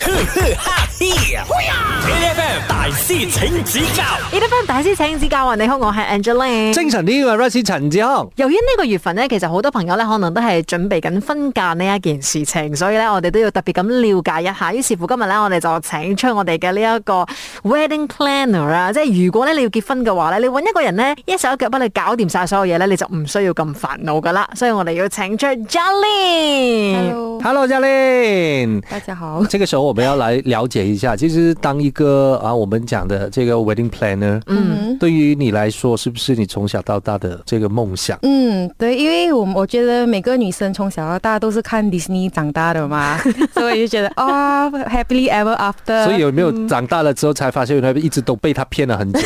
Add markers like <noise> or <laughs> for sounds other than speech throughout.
哈嘿，A.F.M. 大師請指教，E F M 大師請指教啊！你好，我係 Angeline。精神啲嘅 Rusty 陳志康，由於呢個月份呢，其實好多朋友呢可能都係準備緊婚嫁呢一件事情，所以呢，我哋都要特別咁了解一下。於是乎今日呢，我哋就請出我哋嘅呢一個 wedding planner 啊，即係如果咧你要結婚嘅話呢，你揾一個人呢，一手一腳幫你搞掂晒所有嘢呢，你就唔需要咁煩惱噶啦。所以我哋要請出嗯 Jolin。 Hello， Hello，教练。大家好。这个时候我们要来了解一下，其实当一个啊，我们讲的这个 wedding planner，嗯对于你来说，是不是你从小到大的这个梦想？嗯，对，因为我我觉得每个女生从小到大都是看 Disney 长大的 <laughs> 嘛，所以就觉得啊、h a p p i l y ever after。所以有没有长大了之后才发现，原来一直都被他骗了很久？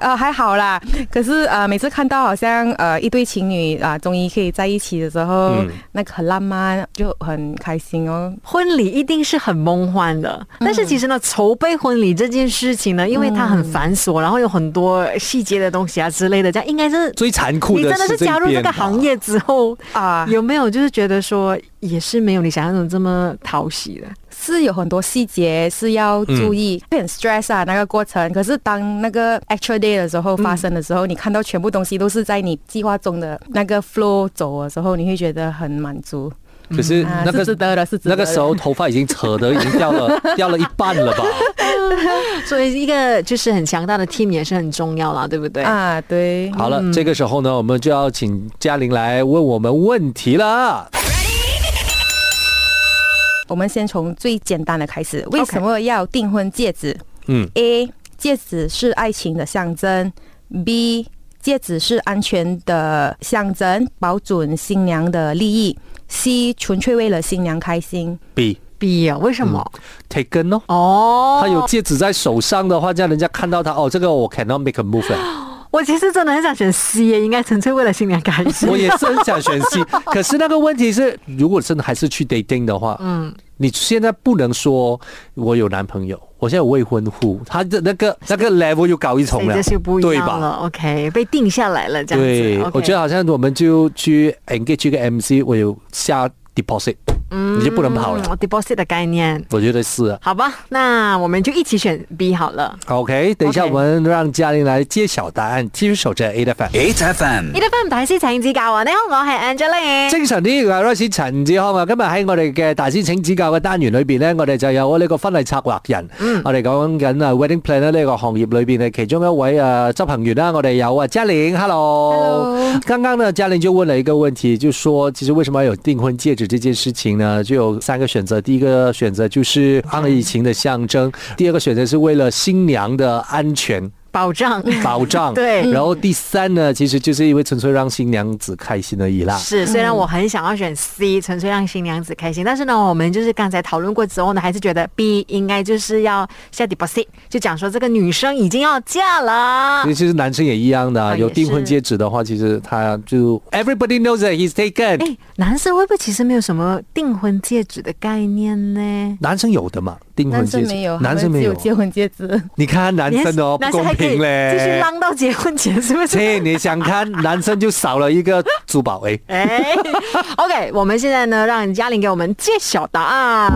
呃还好啦，可是呃每次看到好像呃一对情侣啊、终于可以在一起的时候，嗯那个很浪漫，就很开心哦。婚礼一定是很梦幻的，嗯但是其实呢，筹备婚礼这件事情呢，因为它很繁琐，然后有很多细节的东西啊之类的，这样应该是最残酷你的真的是是这一啊加入这边个吧行，业之后啊有没有就是觉得说也是没有你想象中这么讨喜 <laughs> 的？是有很多细节是要注意，会很 stress 啊那个过程。可是当那个 actual day 的时候发生的时候，你看到全部东西都是在你计划中的那个 flow 走的时候，你会觉得很满足。可是啊那是值个得的，是值那得的。个时候头发已经扯得已经掉了掉了一半了吧？所以一个就是很强大的 team 也是很重要啦，对不对？啊，对，好了，这个时候呢，我们就要请嘉玲来问我们问题了。我们先从最简单的开始。为什么要订婚戒指嗯， ？A. 戒指是爱情的象征。B. 戒指是安全的象征，保准新娘的利益。C. 纯粹为了新娘开心。 B B 啊，为什么？ taken 咯。哦，嗯他有戒指在手上的话，这样人家看到他哦，这个我 cannot make a move 了。 <laughs> 我其实真的很想选 C，耶应该纯粹为了新娘开心。我也是很想选 <laughs> C，可是那个问题是，如果真的还是去 dating 的话，嗯，你现在不能说我有男朋友，我现在有未婚夫，他的那个那个 level 又高一重所以了，哎这是不一对样吧？了，OK，被定下来了这样子。对 OK 我觉得好像我们就去 engage 一个 MC，我有下 deposit，、你就不能跑嗯了。我 deposit 的概念。我觉得是啊好吧，那我们就一起选 B 好了。嗯，OK。等一下，我 OK 们让嘉玲来揭晓答案。继续守着 A 的 f ，8FM 呢度翻唔大師請指教啊！你好，我係 Angeline。精神啲嘅 Royce 陳志康啊，今日喺我哋嘅大師請指教嘅單元裏邊呢，我哋就有呢個婚禮策劃人，我哋講緊啊 wedding planner 呢個行業裏邊嘅其中一位啊執行員啦，我哋有啊嘉玲，hello。刚刚呢，嘉玲就問了一個問題，就說其實為什麼要有訂婚戒指這件事情呢？就有三個選擇，第一個選擇就是愛情的象徵，第二個選擇是為了新娘的安全保障保障，對然後第三呢，其實就是因為純粹讓新娘子開心而已啦。是，虽然我很想要选 C，纯粹让新娘子开心，但是呢，我们就是刚才讨论过之后呢，还是觉得 B 应该就是要下 deposit，就讲说这个女生已经要嫁了因。 <laughs> 为其实男生也一样的啊、啊有也订婚是戒指的话，其实他就 everybody knows that he's taken。哎，男生会不会其实没有什么订婚戒指的概念呢？男生有的嘛，订婚男戒生指，没有，男他生们没只有有。结婚戒 <laughs> 指。你看男生哦，不男生公还可以平嘞。继续浪到结婚前，是不是？切，你想看男生就少了一个珠宝哎。 <laughs> 哎，OK，我们现在呢，让嘉玲给我们揭晓答案。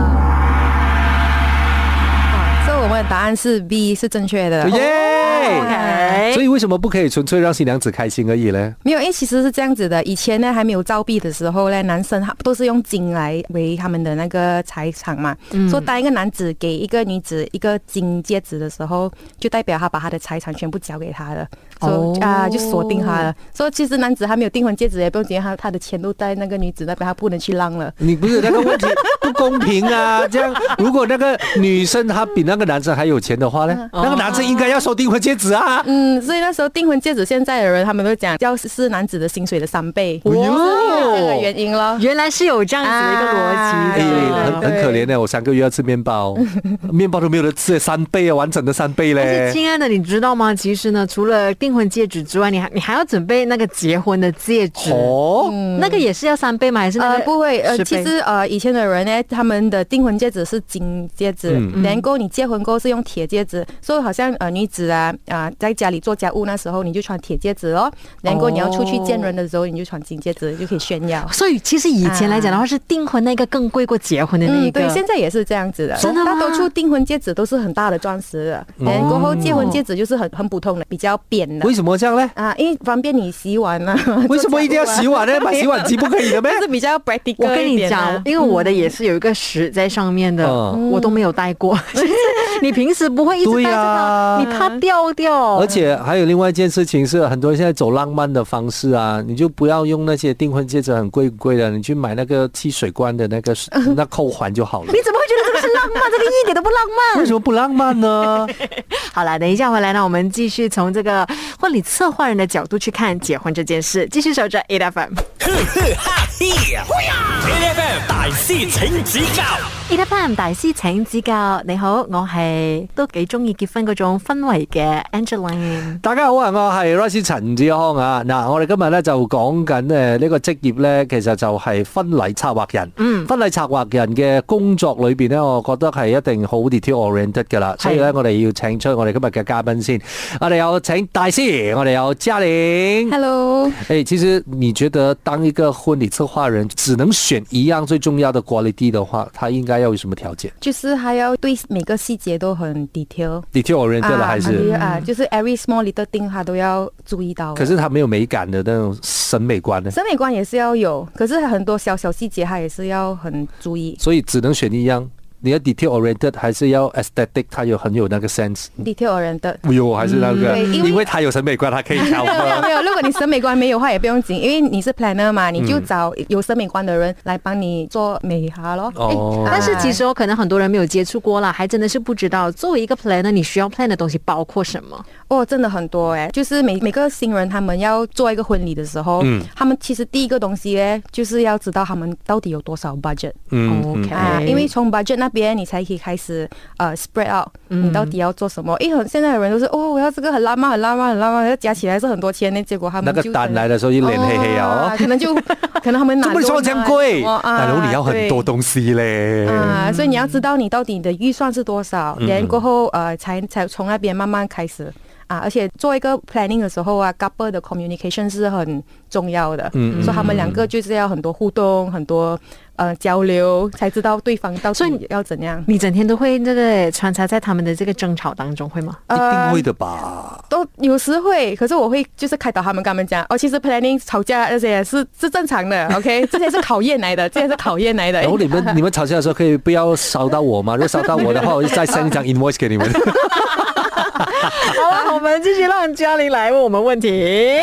所以我们的答案是 B 是正确的。耶！哎 OK，所以为什么不可以纯粹让新娘子开心而已呢？没有，因为其实是这样子的，以前呢还没有造币的时候呢，男生他都是用金来为他们的那个财产嘛。所以当一个男子给一个女子一个金戒指的时候，就代表他把他的财产全部交给他了，哦所以啊就锁定他了。所以其实男子还没有订婚戒指，也不用紧，他他的钱都在那个女子那边，他不能去浪了。你不是那个问题不公平啊！这样，如果那个女生她比那个男生还有钱的话呢，那个男生应该要收订婚戒指啊。嗯，所以那时候订婚戒指，现在的人他们都讲要是男子的薪水的三倍，哎呦这个原因咯。原来是有这样子的一个逻辑的。啊哎，很很可怜的，我三个月要吃面包， <laughs> 面包都没有得吃，三倍啊，完整的三倍但是，嘞。亲爱的，你知道吗？其实呢，除了订婚戒指之外，你还你还要准备那个结婚的戒指，哦，那个也是要三倍吗？还是那呃，个不会，呃十，倍其实呃，以前的人呢，他们的订婚戒指是金戒指，然后你结婚过后是用铁戒指，所以好像呃女子啊，啊、在家里做家务那时候，你就穿铁戒指哦。然后你要出去见人的时候，你就穿金戒指，就可以炫耀。所以其实以前来讲的话，是订婚那个更贵过结婚的那一啊个。嗯，对，现在也是这样子的。真的吗大多数订婚戒指都是很大的钻石的，然后过后结婚戒指就是很很普通的，比较扁的为什么这样呢？啊，因为方便你洗碗啊。 <laughs> 为什么一定要洗碗呢？买洗碗机不可以的咩？就是比较 practical 我跟一你点啊讲，因为我的也是有一个石在上面的，嗯我都没有戴过。嗯就是 <laughs> 你平时不会一直戴对着它，呀你怕掉掉。 <laughs> 而且还有另外一件事情是，很多人现在走浪漫的方式啊，你就不要用那些订婚戒指很贵贵的，你去买那个汽水罐的 <laughs> 那个那扣环就 <laughs> 好了你。怎么会觉得这个是浪漫？这个一点都不浪漫。 <laughs> 为什么不浪漫呢？好了，等一下回来呢，我们继续从这个婚礼策划人的角度去看结婚这件事。继续守着 A F M。 A F M 大师请指教 e 班人大師請指教，你好，我係都幾中意結婚嗰種氛圍嘅 Angeline。大家好啊，我係 Rosie 陳志康啊。嗱，我哋今日咧就講緊诶呢個職業咧，其實就係婚禮策劃人。嗯，婚禮策劃人嘅工作裏邊咧，我覺得係一定好 detail oriented 噶啦，所以咧我哋要請出我哋今日嘅嘉賓先。我哋有請大師，我哋有嘉玲。 Hello，哎，其实你觉得当一个婚礼策划人只能选一样最重要的 quality 的话，他应该要有什么条件就是还要对每个细节都很 detail。 ？detail oriented 了还啊是？很啊，就是 every small little thing 他都要注意到。可是他没有美感的那种审美观呢，审美观也是要有，可是很多小小细节他也是要很注意。所以只能选一样。你要 detail oriented 还是要 aesthetic？他有很有那个 sense。 detail 人的。哎呦，还是那个，对嗯因为哎因为他有审美观，他可以挑 <laughs> 没有没有嘛。没有，如果你审美观没有的话也不用紧，因为你是 planner 嘛，你就找有审美观的人来帮你做美哈咯。哦哎，但是其实我可能很多人没有接触过啦，还真的是不知道作为一个 planner，你需要 plan 的东西包括什么。哦，真的很多哎、就是每每个新人他们要做一个婚礼的时候，嗯他们其实第一个东西呢，就是要知道他们到底有多少 budget。嗯哦 OK，啊，因为从 budget 那边你才可以开始呃 spread out，你到底要做什么？因为很现在的人都是哦，我要这个很浪漫，很浪漫，很浪漫，要加起来是很多钱呢。结果他那们个就单来的时候一脸黑黑啊，哦可能就 <laughs> 可能他们拿哦怎么你说我这样贵？啊大佬你要很多东。东西嘞。啊，所以你要知道你到底你的预算是多少，嗯然后过后呃，才才从那边慢慢开始啊。而且做一个 planning 的时候啊，couple 的 communication 是很重要的，嗯嗯所以他们两个就是要很多互动，很多呃交流，才知道对方到所以底要怎样。你整天都会那个穿插在他们的这个争吵当中，会吗？一定呃会的吧？都有时会，可是我会就是开导他们，跟他们讲哦，其实 planning 吵架那些是是正常的，OK，这些是考验来的，这些是考 <laughs> 验来的。然后你们你们吵架的时候可以不要烧到 <laughs> 我吗？如果烧到我的话，我就再 send 一张 invoice 给你们。好了，我们继续让嘉玲来问我们问题。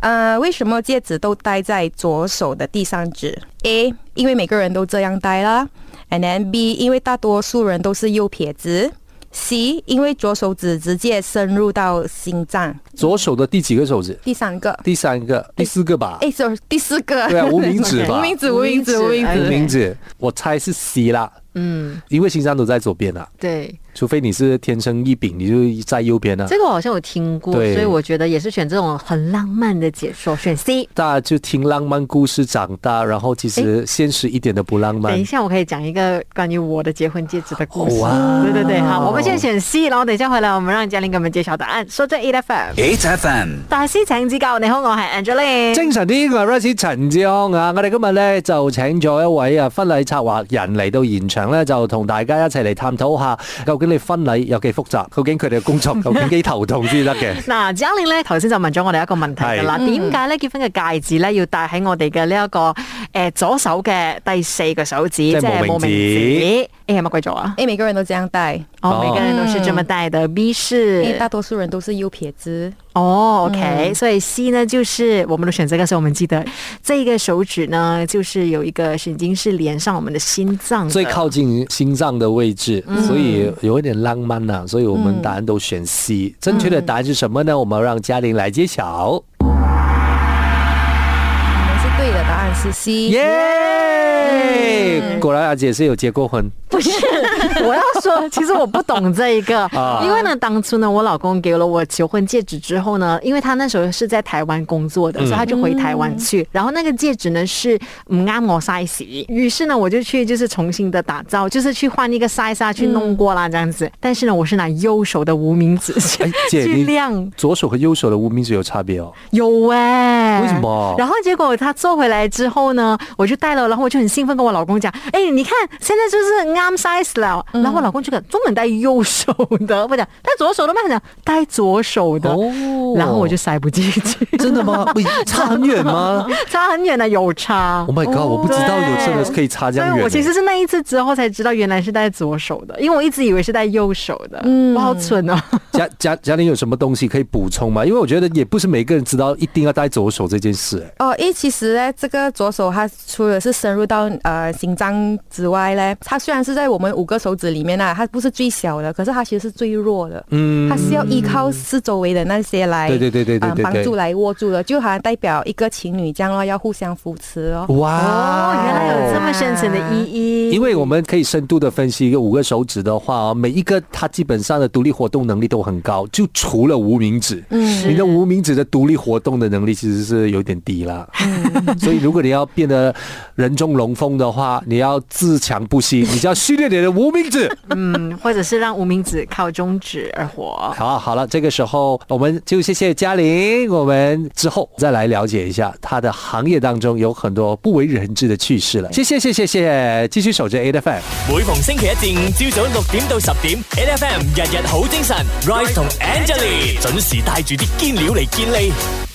呃，为什么戒指都戴在左手的第三指？A，因为每个人都这样戴啦，and then B，因为大多数人都是右撇子，C，因为左手指直接深入到心脏。左手的第几个手指？第三个，第三个、第四个吧？哎，sorry，第四个， <laughs> 对啊，无名指吧无？名指，无名指，无名无无指。名指，哎我猜是 C 啦，嗯，因为心脏都在左边啊啦，对，除非你是天生异禀，你就在右边啊啦。这个我好像有听过，对所以我觉得也是选这种很浪漫的解说，选 C。大家就听浪漫故事长大，然后其实现实一点都不浪等漫一。下，我可以讲一个关于我的结婚戒指的故事。哇对对对，好，我们先选 C，然后等一下回来，我们让嘉玲给我们揭晓答案。说这 E F M， ，H F M 大师请指教。你好，我系 Angeline。精神啲，我係 r i s e 陳志康啊！我哋今日咧就請咗一位啊婚禮策劃人嚟到現場咧，就同大家一齊嚟探討下，究竟你婚禮有幾複雜，究竟佢哋嘅工作究竟幾頭痛先得嘅。嗱，嘉玲咧頭先就問咗我哋一個問題㗎啦，點解咧結婚嘅戒指咧要戴喺我哋嘅呢一個誒左手嘅第四個手指，即係係無無名名指指？誒係乜鬼咗啊？哎，每个人都这样戴，哦，每個人都是這麼戴的。B 因为是大多数人都是右撇子。嗯哦，OK，所以 C 呢就是我们的选择的时候，我们记得这个手指呢就是有一个神经是连上我们的心脏的，最靠近心脏的位置，所以有一点浪漫呐、所以我们答案都选 C。正确的答案是什么呢？我们让嘉玲来揭晓。你们是对的，答案是 C。 <laughs> 耶！果然阿姐是有结过婚，不是我要说，其实我不懂这一个 <laughs> 啊，因为呢，当初呢，我老公给了我求婚戒指之后呢，因为他那时候是在台湾工作嗯的，所以他就回台湾去。然后那个戒指呢是唔啱我 size，于是呢，我就去就是重新的打造，就是去换一个 size 啊，去弄嗯过啦这样子。但是呢，我是拿右手的无名指去哎，姐，去你量，左手和右手的无名指有差 <laughs> 别哦。有哎、为什么然后结果他做回来之后呢，我就戴了，然后我就很兴奋跟我老公讲：“哎，你看现在就是啱 size 了。然后我老公就讲：“专门戴右手的。”我讲：“戴左手的吗？”他讲：“戴左手的。哦然后我就塞不进去，哎真 <laughs> 的吗？喂，差很远吗差很远的，啊有 <laughs> 差。 ？Oh my god！、我不知道有这个可以差这样对，远。欸我其实是那一次之后才知道，原来是戴左手的，因为我一直以为是戴右手的，嗯，我好蠢哦。家家家里有什么东西可以补充吗？因为我觉得也不是每个人知道一定要戴左手这件事。哎哦，因为其实呢，这个左手它除了是深入到呃心脏之外呢，它虽然是在我们五个手指里面呢、它不是最小的，可是它其实是最弱的。嗯它是要依靠四周围的那些来，对对对对对呃对帮对助来握住的，就好像代表一个情侣这样咯，要互相扶持哦。哇哦，原来有这么深层 <laughs> 的意义。因为我们可以深度的分析一个五个手指的话，每一个它基本上的独立活动能力都很高，就除了无名指，你的无名指的独立活动的能力其实是有点低啦。所以如果你要变得人中龙凤的话，你要自强不息，你就要训练你的无名指。嗯，或者是让无名指靠中指而活。好，好了，这个时候我们就谢谢嘉玲，我们之后再来了解一下她的行业当中有很多不为人知的趣事了。谢谢，谢谢，谢谢，继续守着 A F M。每逢星期一至五朝早六點到十點，N F M 日日好精神，Rise 同 Angelie 準時帶住啲堅料嚟健利。